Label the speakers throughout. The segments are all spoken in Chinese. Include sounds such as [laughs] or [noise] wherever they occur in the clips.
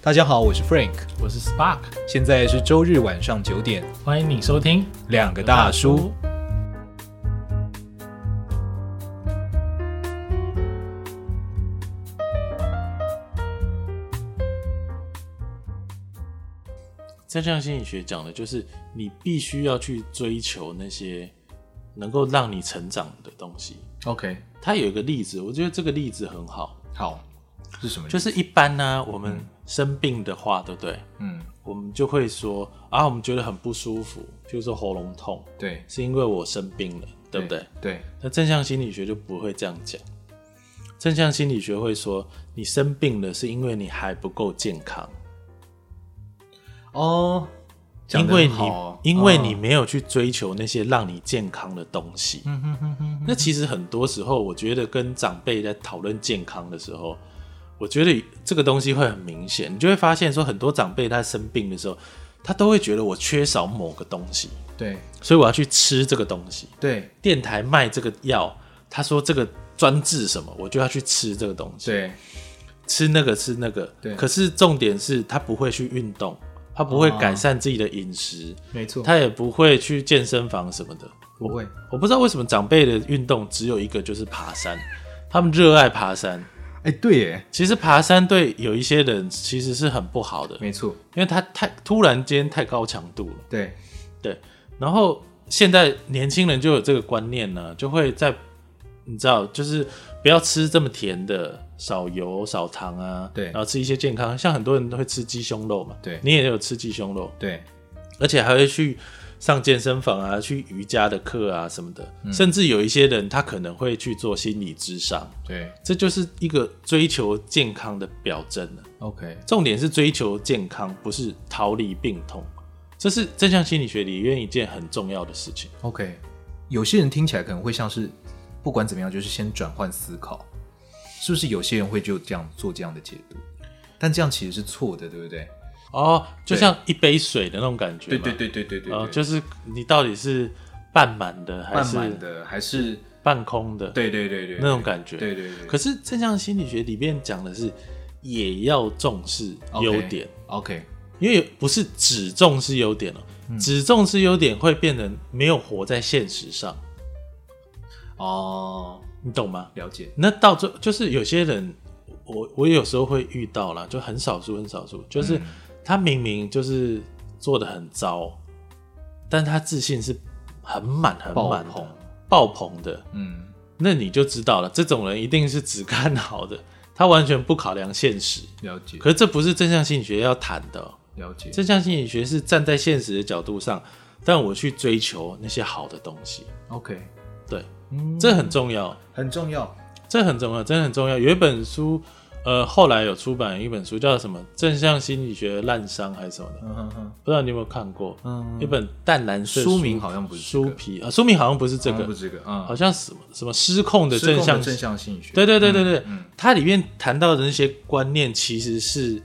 Speaker 1: 大家好，我是 Frank，
Speaker 2: 我是 Spark，
Speaker 1: 现在是周日晚上九点，
Speaker 2: 欢迎你收听
Speaker 1: 两个大叔。
Speaker 2: 正向心理学讲的就是你必须要去追求那些能够让你成长的东西。
Speaker 1: OK，
Speaker 2: 它有一个例子，我觉得这个例子很好，
Speaker 1: 好，是什么？
Speaker 2: 就是一般呢、我们生病的话，对不对？
Speaker 1: 嗯，
Speaker 2: 我们就会说啊，我们觉得很不舒服，譬如说喉咙痛，
Speaker 1: 对，
Speaker 2: 是因为我生病了，对不对？？
Speaker 1: 对，
Speaker 2: 那正向心理学就不会这样讲，正向心理学会说你生病了是因为你还不够健康。
Speaker 1: 哦，讲
Speaker 2: 因
Speaker 1: 得
Speaker 2: 为
Speaker 1: 很
Speaker 2: 你、
Speaker 1: 好哦
Speaker 2: 因为你
Speaker 1: 哦
Speaker 2: 没有去追求那些让你健康的东西。
Speaker 1: 嗯
Speaker 2: 那其实很多时候，我觉得跟长辈在讨论健康的时候，我觉得这个东西会很明显，你就会发现说，很多长辈他生病的时候，他都会觉得我缺少某个东西，
Speaker 1: 对
Speaker 2: 所以我要去吃这个东西。
Speaker 1: 对
Speaker 2: 电台卖这个药，他说这个专治什么，我就要去吃这个东西。
Speaker 1: 对，
Speaker 2: 吃那个吃那个，
Speaker 1: 对
Speaker 2: 可是重点是他不会去运动，他不会
Speaker 1: 哦
Speaker 2: 改善自己的饮食，
Speaker 1: 没错，
Speaker 2: 他也不会去健身房什么的。
Speaker 1: 不会，
Speaker 2: 我不知道为什么长辈的运动只有一个，就是爬山。他们热爱爬山，
Speaker 1: 哎，对耶，
Speaker 2: 其实爬山对有一些人其实是很不好的，因
Speaker 1: 没错，
Speaker 2: 为他太突然间太高强度了。
Speaker 1: 对，
Speaker 2: 对，然后现在年轻人就有这个观念呢，就会在你知道，就是不要吃这么甜的，少油少糖啊，
Speaker 1: 对
Speaker 2: 然后吃一些健康，像很多人都会吃鸡胸肉嘛，
Speaker 1: 对
Speaker 2: 你也有吃鸡胸肉，
Speaker 1: 对，
Speaker 2: 而且还会去上健身房啊，去瑜伽的课啊什么的，
Speaker 1: 嗯
Speaker 2: 甚至有一些人他可能会去做心理智商，
Speaker 1: 对
Speaker 2: 这就是一个追求健康的表征了。
Speaker 1: ，OK，
Speaker 2: 重点是追求健康，不是逃离病痛，这是正向心理学里面一件很重要的事情。
Speaker 1: OK，有些人听起来可能会像是，不管怎么样，就是先转换思考，是不是有些人会就这样做这样的解读？但这样其实是错的，对不对？
Speaker 2: 哦，就像一杯水的那种感觉嘛，
Speaker 1: 对对对对
Speaker 2: 哦，就是你到底是半满的还
Speaker 1: 慢
Speaker 2: 是
Speaker 1: 慢的还是
Speaker 2: 半空的，
Speaker 1: 对对对对
Speaker 2: 那种感觉。
Speaker 1: 对对对，
Speaker 2: 可是正向心理学里面讲的是，也要重视优点
Speaker 1: OK
Speaker 2: 因为不是只重视优点了、哦
Speaker 1: 嗯
Speaker 2: 只重视优点会变成没有活在现实上，
Speaker 1: 哦，
Speaker 2: 你懂吗？
Speaker 1: 了解
Speaker 2: 那到最就是有些人，我我有时候会遇到啦，就很少数很少数，就是
Speaker 1: 嗯
Speaker 2: 他明明就是做的很糟，但他自信是很满很满
Speaker 1: 爆棚
Speaker 2: 的爆棚的，
Speaker 1: 嗯
Speaker 2: 那你就知道了，这种人一定是只看好的，他完全不考量现实。
Speaker 1: 了解
Speaker 2: 可是这不是正向心理学要谈的哦、
Speaker 1: 了解
Speaker 2: 正向心理学是站在现实的角度上，但我去追求那些好的东西，
Speaker 1: OK，
Speaker 2: 对，
Speaker 1: 嗯，
Speaker 2: 这很重要。
Speaker 1: 很重要
Speaker 2: 这很重要，真的很重要。有一本书，呃，后来有出版一本书，叫什么《正向心理学滥觞》还是什么的，
Speaker 1: 嗯哼哼
Speaker 2: 不知道你有没有看过？
Speaker 1: 嗯
Speaker 2: 一本淡蓝色
Speaker 1: 书名好像不是这
Speaker 2: 书
Speaker 1: 个
Speaker 2: 皮啊，书名好像不是这
Speaker 1: 好像
Speaker 2: 个
Speaker 1: 不，是这个嗯
Speaker 2: 好像什么什么失控的
Speaker 1: 失控
Speaker 2: 正
Speaker 1: 的
Speaker 2: 向，
Speaker 1: 正向心理学
Speaker 2: 对对对对对，
Speaker 1: 嗯
Speaker 2: 它里面谈到的那些观念其实是。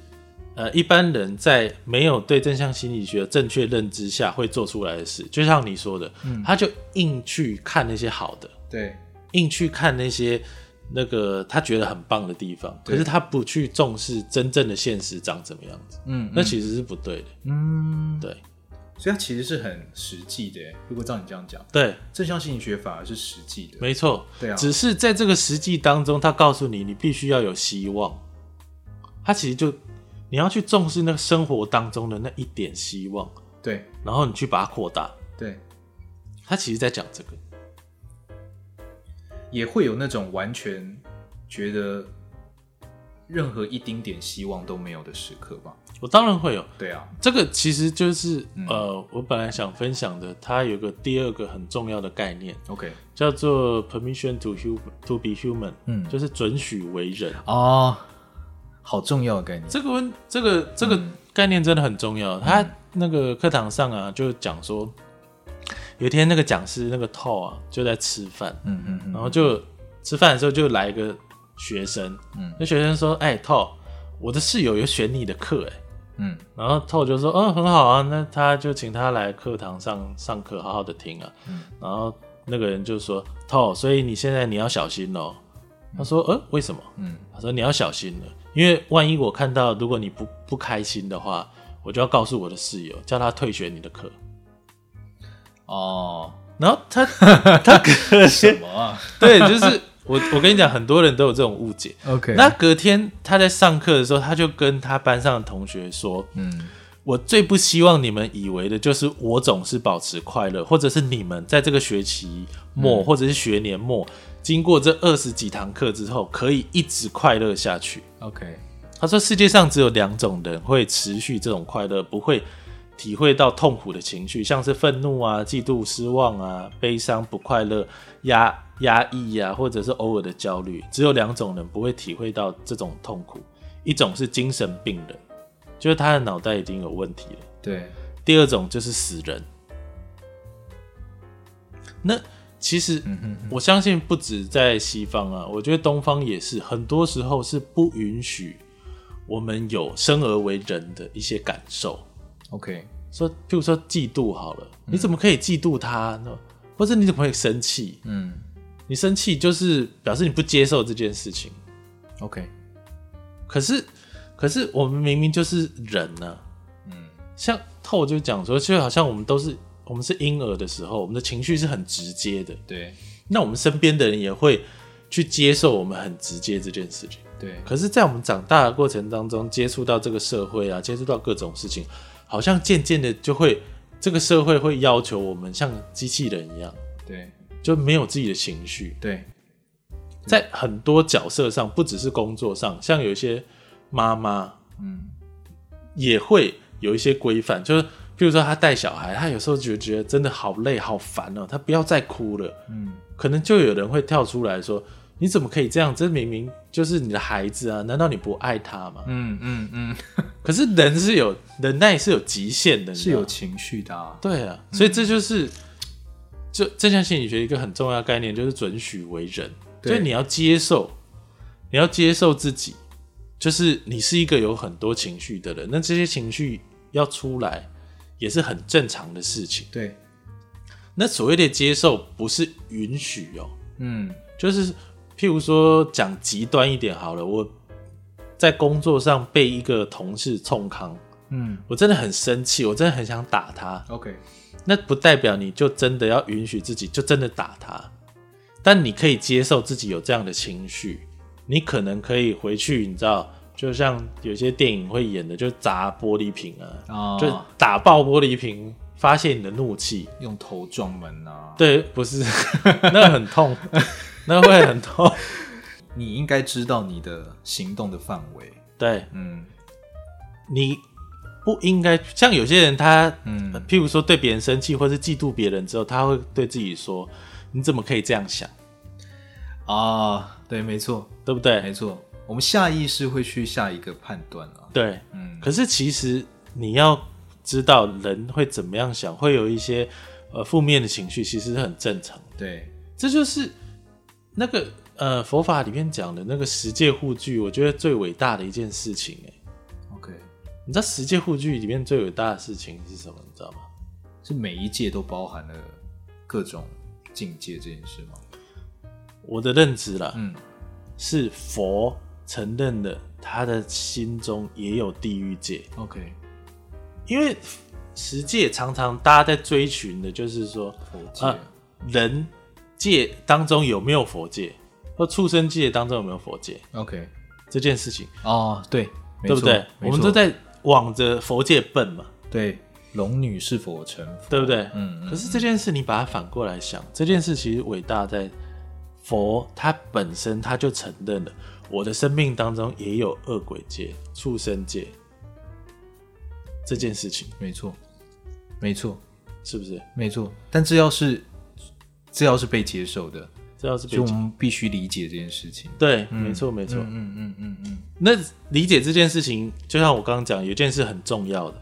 Speaker 2: 呃，一般人在没有对正向心理学正确认知下会做出来的事，就像你说的，
Speaker 1: 嗯
Speaker 2: 他就硬去看那些好的，
Speaker 1: 对
Speaker 2: 硬去看那些那个他觉得很棒的地方，
Speaker 1: 对
Speaker 2: 可是他不去重视真正的现实长怎么样子，
Speaker 1: 嗯
Speaker 2: 那其实是不对的。
Speaker 1: 嗯，
Speaker 2: 对
Speaker 1: 所以它其实是很实际的耶。如果照你这样讲，
Speaker 2: 对，
Speaker 1: 正向心理学反而是实际的，
Speaker 2: 没错。
Speaker 1: 对啊
Speaker 2: 只是在这个实际当中，他告诉你，你必须要有希望。他其实就你要去重视那个生活当中的那一点希望，
Speaker 1: 对
Speaker 2: 然后你去把它扩大。
Speaker 1: 对，
Speaker 2: 他其实在讲这个，
Speaker 1: 也会有那种完全觉得任何一丁点希望都没有的时刻吧？
Speaker 2: 我当然会有。
Speaker 1: 对啊，
Speaker 2: 这个其实就是、
Speaker 1: 嗯
Speaker 2: 呃，我本来想分享的，它有个第二个很重要的概念，
Speaker 1: OK，
Speaker 2: 叫做 permission to human to be human，
Speaker 1: 嗯
Speaker 2: 就是准许为人。
Speaker 1: 哦，好重要的概念。
Speaker 2: 这个问这个这个
Speaker 1: 嗯
Speaker 2: 概念真的很重要。他那个课堂上啊，就讲说，有一天那个讲师那个 t o 啊，就在吃饭，
Speaker 1: 嗯嗯嗯，
Speaker 2: 然后就吃饭的时候就来一个学生，
Speaker 1: 嗯
Speaker 2: 那学生说：“哎 t o 我的室友有选你的课、哎。”
Speaker 1: 嗯
Speaker 2: 然后透就说，嗯，很好啊，那他就请他来课堂上上课，好好的听啊。然后那个人就说，透，所以你现在你要小心哦，他说：“呃，为什么？”
Speaker 1: 嗯，
Speaker 2: 他说：“你要小心了，因为万一我看到，如果你不不开心的话，我就要告诉我的室友，叫他退学你的课。
Speaker 1: 哦，”
Speaker 2: 然后他 [laughs] 他隔
Speaker 1: 什
Speaker 2: 天
Speaker 1: 么啊
Speaker 2: 对，就是我我跟你讲，很多人都有这种误解。
Speaker 1: ？OK，
Speaker 2: 那隔天他在上课的时候，他就跟他班上的同学说
Speaker 1: 嗯，：“
Speaker 2: 我最不希望你们以为的就是我总是保持快乐，或者是你们在这个学期末、或者是学年末，经过这二十几堂课之后，可以一直快乐下去。”
Speaker 1: OK，
Speaker 2: 他说：“世界上只有两种人会持续这种快乐，不会体会到痛苦的情绪，像是愤怒啊、嫉妒、失望啊、悲伤、不快乐、压压抑呀、或者是偶尔的焦虑。只有两种人不会体会到这种痛苦，一种是精神病人，就是他的脑袋已经有问题了；
Speaker 1: 对，
Speaker 2: 第二种就是死人。那其实
Speaker 1: 嗯哼，
Speaker 2: 我相信不止在西方啊，我觉得东方也是，很多时候是不允许我们有生而为人的一些感受。
Speaker 1: OK，
Speaker 2: 说，譬如说嫉妒好了，你怎么可以嫉妒他呢？或者你怎么会生气？
Speaker 1: 嗯
Speaker 2: 你生气就是表示你不接受这件事情。
Speaker 1: ，OK，
Speaker 2: 可是，可是我们明明就是人呢、
Speaker 1: 嗯
Speaker 2: 像透就讲说，就好像我们都是我们是婴儿的时候，我们的情绪是很直接的，
Speaker 1: 对
Speaker 2: 那我们身边的人也会去接受我们很直接这件事情。
Speaker 1: 对，
Speaker 2: 可是，在我们长大的过程当中，接触到这个社会啊，接触到各种事情，好像渐渐的就会，这个社会会要求我们像机器人一样，
Speaker 1: 对
Speaker 2: 就没有自己的情绪。
Speaker 1: 对，
Speaker 2: 在很多角色上，不只是工作上，像有一些妈妈
Speaker 1: 嗯
Speaker 2: 也会有一些规范，就是譬如说她带小孩，她有时候觉觉得真的好累好烦哦、她不要再哭了。
Speaker 1: 嗯
Speaker 2: 可能就有人会跳出来说：“你怎么可以这样？这明明就是你的孩子啊！难道你不爱他吗？”
Speaker 1: 嗯嗯嗯，
Speaker 2: 可是人是有忍耐是有极限的，你
Speaker 1: 是
Speaker 2: 知道
Speaker 1: 有
Speaker 2: 吗
Speaker 1: 情绪的啊，
Speaker 2: 对啊，所以这就是就正向心理学一个很重要的概念，就是准许为人，
Speaker 1: 对
Speaker 2: 所以你要接受，你要接受自己，就是你是一个有很多情绪的人，那这些情绪要出来也是很正常的事情。
Speaker 1: 对，
Speaker 2: 那所谓的接受，不是允许哦、
Speaker 1: 嗯
Speaker 2: 就是譬如说讲极端一点好了，我在工作上被一个同事冲康，
Speaker 1: 嗯
Speaker 2: 我真的很生气，我真的很想打他。
Speaker 1: ，OK，
Speaker 2: 那不代表你就真的要允许自己就真的打他，但你可以接受自己有这样的情绪，你可能可以回去，你知道，就像有些电影会演的，就砸玻璃瓶啊，
Speaker 1: 啊，
Speaker 2: 就打爆玻璃瓶，发泄你的怒气。
Speaker 1: 用头撞门啊，
Speaker 2: 对，不是， [laughs] 那很痛，那会很痛。
Speaker 1: 你应该知道你的行动的范围，
Speaker 2: 对，
Speaker 1: 嗯
Speaker 2: 你不应该像有些人他，
Speaker 1: 嗯
Speaker 2: 呃譬如说对别人生气或是嫉妒别人之后，他会对自己说：“你怎么可以这样想？
Speaker 1: 啊，对，没错
Speaker 2: 对不
Speaker 1: 没
Speaker 2: 对
Speaker 1: 错，我们下意识会去下一个判断啊？”，
Speaker 2: 对。
Speaker 1: 嗯
Speaker 2: 可是其实你要知道人会怎么样想，会有一些呃负面的情绪，其实是很正常的。
Speaker 1: 对，
Speaker 2: 这就是那个呃佛法里面讲的那个十界护具，我觉得最伟大的一件事情、欸。
Speaker 1: OK，
Speaker 2: 你知道十界护具里面最伟大的事情是什么？你知道吗？
Speaker 1: 是每一届都包含了各种境界这件事吗？
Speaker 2: 我的认知啦，
Speaker 1: 嗯
Speaker 2: 是佛承认的，他的心中也有地狱界，
Speaker 1: ，OK，
Speaker 2: 因为十界常常大家在追寻的就是说，
Speaker 1: 佛界，
Speaker 2: 啊，人界当中有没有佛界，或畜生界当中有没有佛界
Speaker 1: OK，
Speaker 2: 这件事情，
Speaker 1: 哦，对，没
Speaker 2: 对不
Speaker 1: 错
Speaker 2: 对？
Speaker 1: 没
Speaker 2: 我们
Speaker 1: 错
Speaker 2: 都在往着佛界奔嘛，
Speaker 1: 对龙女是否臣服？
Speaker 2: 对不对？
Speaker 1: 嗯嗯
Speaker 2: 可是这件事你把它反过来想，这件事其实伟大在佛他本身他就承认了，我的生命当中也有恶鬼界、畜生界这件事情，
Speaker 1: 没错，没错，
Speaker 2: 是不是？
Speaker 1: 没错。但这要是这要是被接受的，
Speaker 2: 这要是被
Speaker 1: 所以我们必须理解这件事情。
Speaker 2: 对，没错没错。
Speaker 1: 嗯嗯嗯嗯，
Speaker 2: 那理解这件事情，就像我刚刚讲，有一件事很重要的。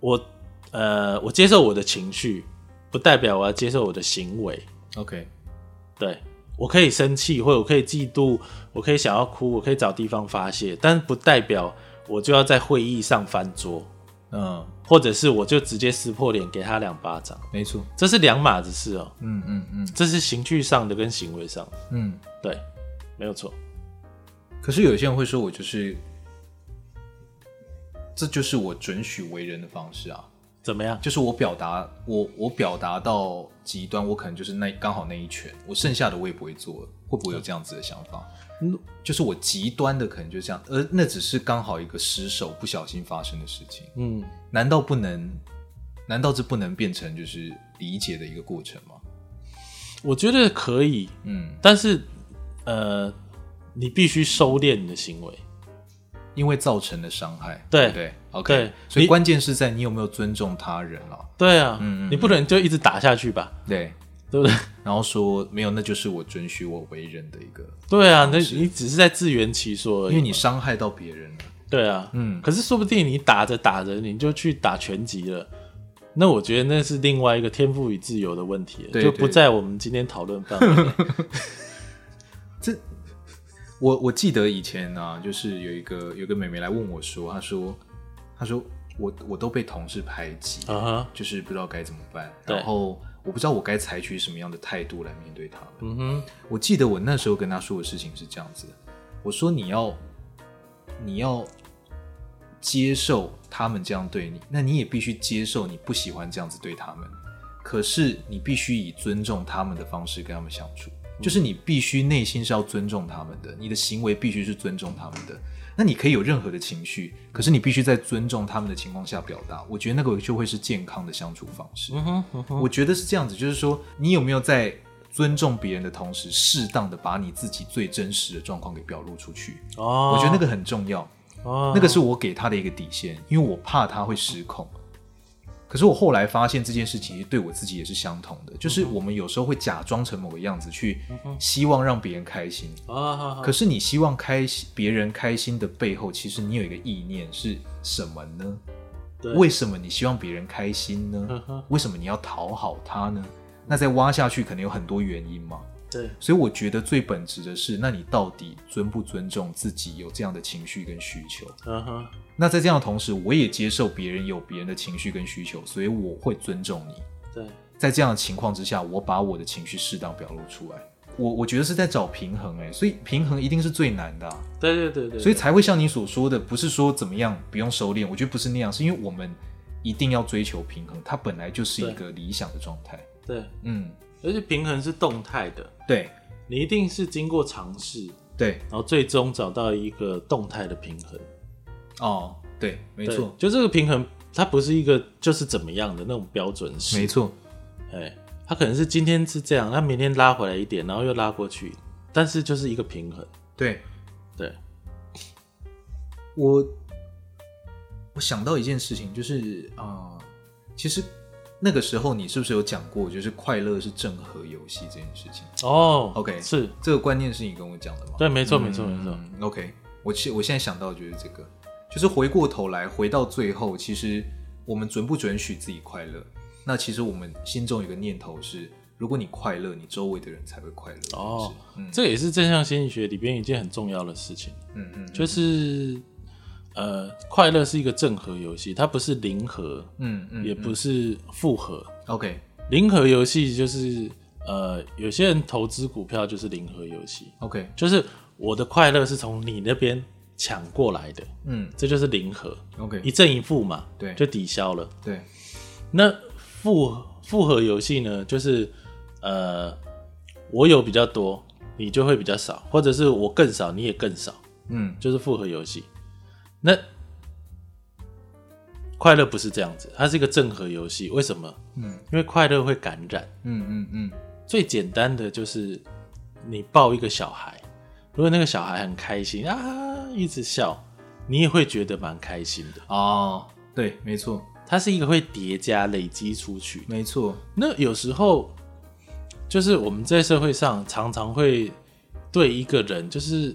Speaker 2: 我呃，我接受我的情绪，不代表我要接受我的行为。
Speaker 1: OK，
Speaker 2: 对我可以生气，或者我可以嫉妒，我可以想要哭，我可以找地方发泄，但不代表我就要在会议上翻桌。
Speaker 1: 嗯，
Speaker 2: 或者是我就直接撕破脸给他两巴掌，
Speaker 1: 没错，
Speaker 2: 这是两码子事哦，
Speaker 1: 嗯嗯嗯
Speaker 2: 这是情绪上的跟行为上的，
Speaker 1: 嗯。
Speaker 2: 对，没有错，
Speaker 1: 可是有些人会说我就是，这就是我准许为人的方式啊，
Speaker 2: 怎么样？
Speaker 1: 就是我表达我我表达到极端，我可能就是那刚好那一拳，我剩下的我也不会做了，会不会有这样子的想法？
Speaker 2: 嗯
Speaker 1: 就是我极端的可能就这样，而那只是刚好一个失手不小心发生的事情，
Speaker 2: 嗯，
Speaker 1: 难道不能？难道这不能变成就是理解的一个过程吗？
Speaker 2: 我觉得可以，
Speaker 1: 嗯，
Speaker 2: 但是呃，你必须收敛你的行为，
Speaker 1: 因为造成的伤害，
Speaker 2: 对
Speaker 1: 不对，OK，
Speaker 2: 对
Speaker 1: 所以
Speaker 2: 你
Speaker 1: 关键是在你有没有尊重他人了、
Speaker 2: 对啊，
Speaker 1: 嗯嗯
Speaker 2: 你不能就一直打下去吧，
Speaker 1: 对，
Speaker 2: 对
Speaker 1: [laughs]
Speaker 2: 不对？
Speaker 1: 然后说没有，那就是我准许我为人的一个，
Speaker 2: 对啊，那你只是在自圆其说而已嘛，
Speaker 1: 因为你伤害到别人了，
Speaker 2: 对啊，
Speaker 1: 嗯
Speaker 2: 可是说不定你打着打着你就去打拳击了，那我觉得那是另外一个天赋与自由的问题了，
Speaker 1: 对
Speaker 2: 就
Speaker 1: 对
Speaker 2: 不在我们今天讨论
Speaker 1: [laughs]
Speaker 2: 范围内。
Speaker 1: 我我记得以前啊，就是有一个有一个妹妹来问我说，她说她说我我都被同事排挤，
Speaker 2: 啊哈，
Speaker 1: 就是不知道该怎么办，
Speaker 2: 对
Speaker 1: 然后我不知道我该采取什么样的态度来面对他们。
Speaker 2: 嗯哼，
Speaker 1: 我记得我那时候跟她说的事情是这样子的，我说你要你要接受他们这样对你，那你也必须接受你不喜欢这样子对他们，可是你必须以尊重他们的方式跟他们相处，就是你必须内心是要尊重他们的，你的行为必须是尊重他们的。那你可以有任何的情绪，可是你必须在尊重他们的情况下表达。我觉得那个就会是健康的相处方式。
Speaker 2: 嗯哼，嗯哼，
Speaker 1: 我觉得是这样子，就是说，你有没有在尊重别人的同时，适当的把你自己最真实的状况给表露出去？
Speaker 2: 哦，
Speaker 1: 我觉得那个很重要，
Speaker 2: 个，哦、
Speaker 1: 那个是我给他的一个底线，因为我怕他会失控。可是我后来发现这件事情其实对我自己也是相同
Speaker 2: 嗯
Speaker 1: 的，就是我们有时候会假装成某个样子去，希望让别人开心。
Speaker 2: 啊，好好
Speaker 1: 可是你希望开心别人开心的背后，其实你有一个意念是什么呢？
Speaker 2: 对
Speaker 1: 为什么你希望别人开心呢？
Speaker 2: 嗯哼，
Speaker 1: 为什么你要讨好他呢？那再挖下去，可能有很多原因嘛。
Speaker 2: 对，
Speaker 1: 所以我觉得最本质的是，那你到底尊不尊重自己有这样的情绪跟需求？
Speaker 2: 嗯哼，
Speaker 1: 那在这样的同时，我也接受别人有别人的情绪跟需求，所以我会尊重你。
Speaker 2: 对，
Speaker 1: 在这样的情况之下，我把我的情绪适当表露出来。我我觉得是在找平衡、欸，所以平衡一定是最难的啊、
Speaker 2: 对对对对，
Speaker 1: 所以才会像你所说的，不是说怎么样不用收敛，我觉得不是那样，是因为我们一定要追求平衡，它本来就是一个理想的状态。
Speaker 2: 对，
Speaker 1: 嗯，
Speaker 2: 而且平衡是动态的，
Speaker 1: 对
Speaker 2: 你一定是经过尝试，
Speaker 1: 对
Speaker 2: 然后最终找到一个动态的平衡。
Speaker 1: 哦，对，没
Speaker 2: 对
Speaker 1: 错，
Speaker 2: 就这个平衡，它不是一个就是怎么样的那种标准式
Speaker 1: 没，错，
Speaker 2: 哎，它可能是今天是这样，那明天拉回来一点，然后又拉过去，但是就是一个平衡。
Speaker 1: 对
Speaker 2: 对，
Speaker 1: 我我想到一件事情，就是啊、呃其实那个时候你是不是有讲过，就是快乐是正和游戏这件事情？
Speaker 2: 哦
Speaker 1: OK
Speaker 2: 是
Speaker 1: 这个观念是你跟我讲的吗？
Speaker 2: 对，没错，没错，没错。
Speaker 1: 嗯，OK，我现我现在想到的就是这个，就是回过头来，回到最后，其实我们准不准许自己快乐？那其实我们心中有一个念头是，如果你快乐，你周围的人才会快乐。
Speaker 2: 哦
Speaker 1: 是不是，
Speaker 2: 这也是正向心理学里边一件很重要的事情，
Speaker 1: 嗯嗯嗯，
Speaker 2: 就是呃，快乐是一个正和游戏，它不是零和，
Speaker 1: 嗯嗯，
Speaker 2: 也不是复合。
Speaker 1: OK
Speaker 2: 零和游戏就是呃，有些人投资股票就是零和游戏，
Speaker 1: OK，
Speaker 2: 就是我的快乐是从你那边抢过来的，
Speaker 1: 嗯
Speaker 2: 这就是零和，一
Speaker 1: OK，
Speaker 2: 正一负嘛，
Speaker 1: 对
Speaker 2: 就抵消了。
Speaker 1: 对，
Speaker 2: 那复复合游戏呢，就是呃，我有比较多，你就会比较少，或者是我更少，你也更少，
Speaker 1: 嗯
Speaker 2: 就是复合游戏。那快乐不是这样子，它是一个正和游戏。为什么？
Speaker 1: 嗯
Speaker 2: 因为快乐会感染。
Speaker 1: 嗯嗯嗯，
Speaker 2: 最简单的就是你抱一个小孩，如果那个小孩很开心啊，一直笑，你也会觉得蛮开心的。
Speaker 1: 哦，对，没错
Speaker 2: 它是一个会叠加累积出去的。
Speaker 1: 没错，
Speaker 2: 那有时候就是我们在社会上常常会对一个人就是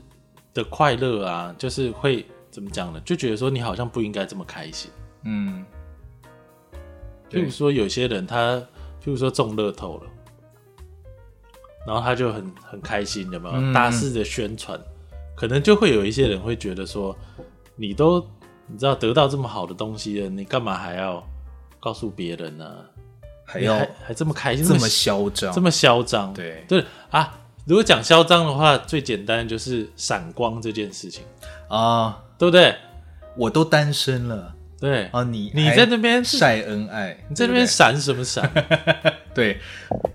Speaker 2: 的快乐啊，就是会怎么讲呢？就觉得说你好像不应该这么开心。
Speaker 1: 嗯，
Speaker 2: 譬
Speaker 1: 对
Speaker 2: 如说有些人他，譬如说中乐透了，然后他就很很开心，有没有？
Speaker 1: 嗯
Speaker 2: 大肆的宣传，可能就会有一些人会觉得说，你都你知道得到这么好的东西了，你干嘛还要告诉别人呢、
Speaker 1: 还
Speaker 2: 你
Speaker 1: 要
Speaker 2: 还还这么开心，
Speaker 1: 这么嚣张，
Speaker 2: 这么嚣张？
Speaker 1: 对
Speaker 2: 对啊，如果讲嚣张的话，最简单就是闪光这件事情，
Speaker 1: 啊！
Speaker 2: 对不对？
Speaker 1: 我都单身了
Speaker 2: 对，
Speaker 1: 啊，你
Speaker 2: 你
Speaker 1: 还
Speaker 2: 在那边
Speaker 1: 晒恩爱，
Speaker 2: 你在那边
Speaker 1: 对不
Speaker 2: 闪什么闪？
Speaker 1: [laughs] 对，对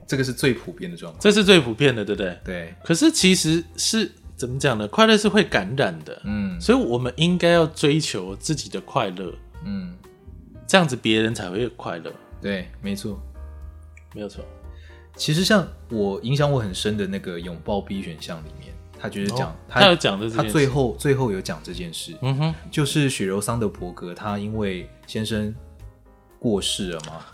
Speaker 1: 这个是最普遍的状况。
Speaker 2: 这是最普遍的，对不对？
Speaker 1: 对，
Speaker 2: 可是其实是怎么讲呢？快乐是会感染的，
Speaker 1: 嗯
Speaker 2: 所以我们应该要追求自己的快乐，
Speaker 1: 嗯，
Speaker 2: 这样子别人才会快乐，
Speaker 1: 对，没错。
Speaker 2: 没有错。
Speaker 1: 其实像我影响我很深的那个拥抱 B 选项里面，他就是讲、
Speaker 2: 哦他有
Speaker 1: 他
Speaker 2: 讲的这
Speaker 1: 他
Speaker 2: 件事
Speaker 1: 最后最后有讲这件事，
Speaker 2: 嗯哼，
Speaker 1: 就是许柔桑德伯格他因为先生过世了嘛，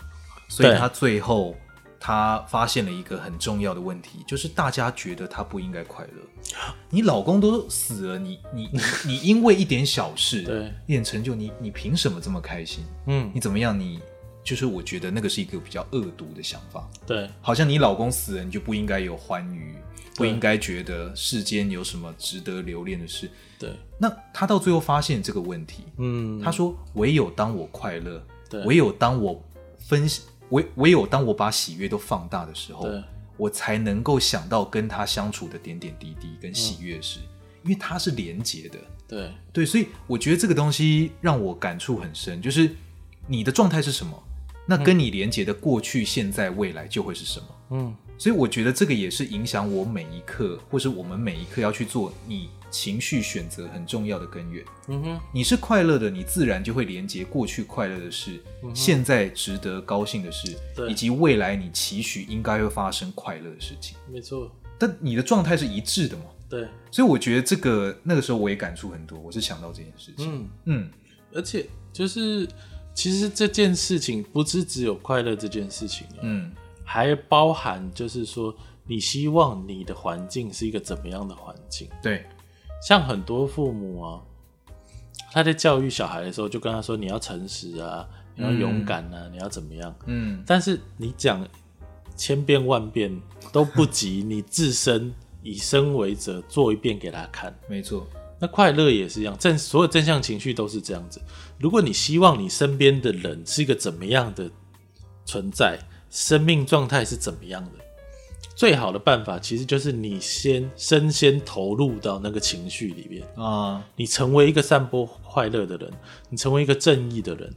Speaker 1: 所以
Speaker 2: 对
Speaker 1: 他最后他发现了一个很重要的问题，就是大家觉得他不应该快乐。你老公都死了，你你你你因为一点小事，
Speaker 2: [laughs] 对，
Speaker 1: 一点成就，你你凭什么这么开心？
Speaker 2: 嗯，
Speaker 1: 你怎么样？你就是我觉得那个是一个比较恶毒的想法。
Speaker 2: 对，
Speaker 1: 好像你老公死了，你就不应该有欢愉，不应该觉得世间有什么值得留恋的事。
Speaker 2: 对，
Speaker 1: 那他到最后发现这个问题，
Speaker 2: 嗯，
Speaker 1: 他说：“唯有当我快乐，
Speaker 2: 对
Speaker 1: 唯有当我分析，唯唯有当我把喜悦都放大的时候
Speaker 2: 对，
Speaker 1: 我才能够想到跟他相处的点点滴滴跟喜悦的事，
Speaker 2: 嗯
Speaker 1: 因为它是连结的。
Speaker 2: 对，
Speaker 1: 对，所以我觉得这个东西让我感触很深，就是你的状态是什么，那跟你连结的过去、现在、未来就会是什么。”
Speaker 2: 嗯，
Speaker 1: 所以我觉得这个也是影响我每一刻，或是我们每一刻要去做你情绪选择很重要的根源。
Speaker 2: 嗯哼，
Speaker 1: 你是快乐的，你自然就会连接过去快乐的事、现在值得高兴的事，
Speaker 2: 嗯对
Speaker 1: 以及未来你期许应该会发生快乐的事情。
Speaker 2: 没错，
Speaker 1: 但你的状态是一致的嘛？
Speaker 2: 对，
Speaker 1: 所以我觉得这个那个时候我也感触很多，我是想到这件事情。
Speaker 2: 嗯，
Speaker 1: 嗯
Speaker 2: 而且就是其实这件事情不是只有快乐这件事情啊，
Speaker 1: 嗯
Speaker 2: 还包含就是说你希望你的环境是一个怎么样的环境。
Speaker 1: 对，
Speaker 2: 像很多父母啊，他在教育小孩的时候，就跟他说你要诚实啊，你要勇敢啊，你要怎么样？
Speaker 1: 嗯
Speaker 2: 但是你讲千遍万遍都不及你自身以身为者做一遍给他看。
Speaker 1: 没错，
Speaker 2: 那快乐也是一样，正所有正向情绪都是这样子。如果你希望你身边的人是一个怎么样的存在，生命状态是怎么样的，最好的办法其实就是你先身先投入到那个情绪里面。
Speaker 1: 啊、
Speaker 2: 你成为一个散播快乐的人，你成为一个正义的人，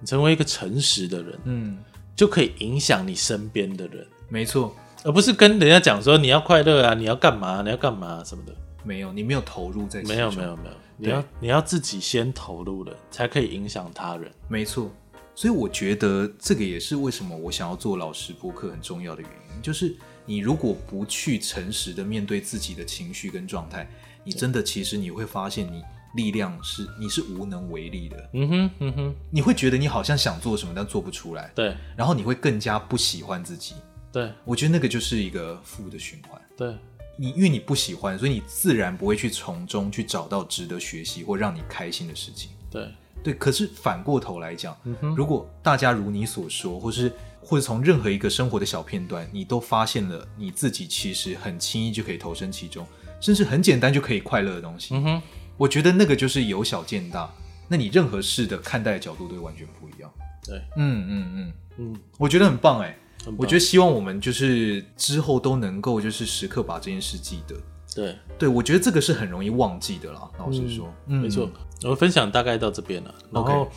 Speaker 2: 你成为一个诚实的人，
Speaker 1: 嗯，
Speaker 2: 就可以影响你身边的人，
Speaker 1: 没错，
Speaker 2: 而不是跟人家讲说你要快乐啊，你要干嘛，你要干嘛、什么的。
Speaker 1: 没有，你没有投入在其
Speaker 2: 没有
Speaker 1: 中
Speaker 2: 没有没有，你要你要自己先投入了，才可以影响他人。
Speaker 1: 没错，所以我觉得这个也是为什么我想要做老师播客很重要的原因，就是你如果不去诚实的面对自己的情绪跟状态，你真的其实你会发现你力量是你是无能为力的，
Speaker 2: 嗯哼嗯哼，
Speaker 1: 你会觉得你好像想做什么但做不出来，
Speaker 2: 对
Speaker 1: 然后你会更加不喜欢自己。
Speaker 2: 对
Speaker 1: 我觉得那个就是一个负的循环。
Speaker 2: 对
Speaker 1: 你因为你不喜欢，所以你自然不会去从中去找到值得学习或让你开心的事情。
Speaker 2: 对
Speaker 1: 对，可是反过头来讲，
Speaker 2: 嗯
Speaker 1: 如果大家如你所说，或是或者从任何一个生活的小片段，你都发现了你自己其实很轻易就可以投身其中，甚至很简单就可以快乐的东西，
Speaker 2: 嗯哼，
Speaker 1: 我觉得那个就是由小见大，那你任何事的看待的角度都会完全不一样。
Speaker 2: 对，
Speaker 1: 嗯嗯嗯，
Speaker 2: 嗯，
Speaker 1: 我觉得很棒哎、
Speaker 2: 很棒
Speaker 1: 我觉得希望我们就是之后都能够就是时刻把这件事记得。
Speaker 2: 对，
Speaker 1: 对，我觉得这个是很容易忘记的啦，老实
Speaker 2: 嗯
Speaker 1: 说，嗯
Speaker 2: 没错，。我分享大概到这边了，然后。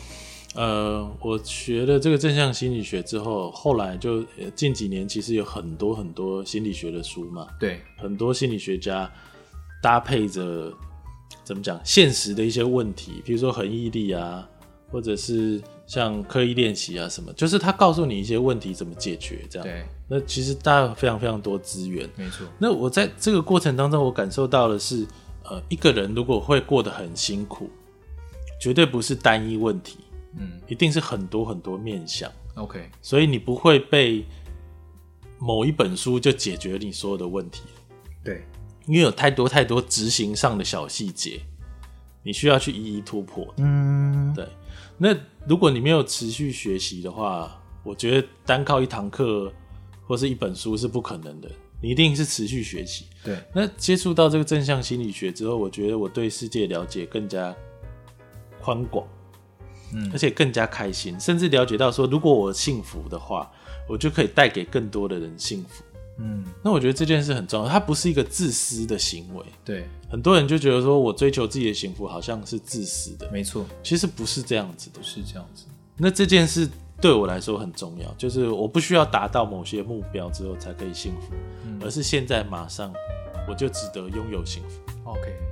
Speaker 2: 呃，我学了这个正向心理学之后，后来就呃近几年其实有很多很多心理学的书嘛，
Speaker 1: 对，
Speaker 2: 很多心理学家搭配着怎么讲现实的一些问题，比如说恒毅力啊，或者是像刻意练习啊什么，就是他告诉你一些问题怎么解决这样。
Speaker 1: 对，
Speaker 2: 那其实大家有非常非常多资源。
Speaker 1: 没错，
Speaker 2: 那我在这个过程当中，我感受到的是，呃，一个人如果会过得很辛苦，绝对不是单一问题，
Speaker 1: 嗯
Speaker 2: 一定是很多很多面向。
Speaker 1: ，OK，
Speaker 2: 所以你不会被某一本书就解决你所有的问题，
Speaker 1: 对，
Speaker 2: 因为有太多太多执行上的小细节，你需要去一一突破。
Speaker 1: 嗯，
Speaker 2: 对，那如果你没有持续学习的话，我觉得单靠一堂课或是一本书是不可能的，你一定是持续学习。
Speaker 1: 对，
Speaker 2: 那接触到这个正向心理学之后，我觉得我对世界了解更加宽广，
Speaker 1: 嗯
Speaker 2: 而且更加开心，甚至了解到说，如果我幸福的话，我就可以带给更多的人幸福。
Speaker 1: 嗯，
Speaker 2: 那我觉得这件事很重要，它不是一个自私的行为。
Speaker 1: 对，
Speaker 2: 很多人就觉得说我追求自己的幸福好像是自私的，
Speaker 1: 没错，
Speaker 2: 其实不是这样子的。
Speaker 1: 是这样子。
Speaker 2: 那这件事对我来说很重要，就是我不需要达到某些目标之后才可以幸福，而是现在马上我就值得拥有幸福。
Speaker 1: OK。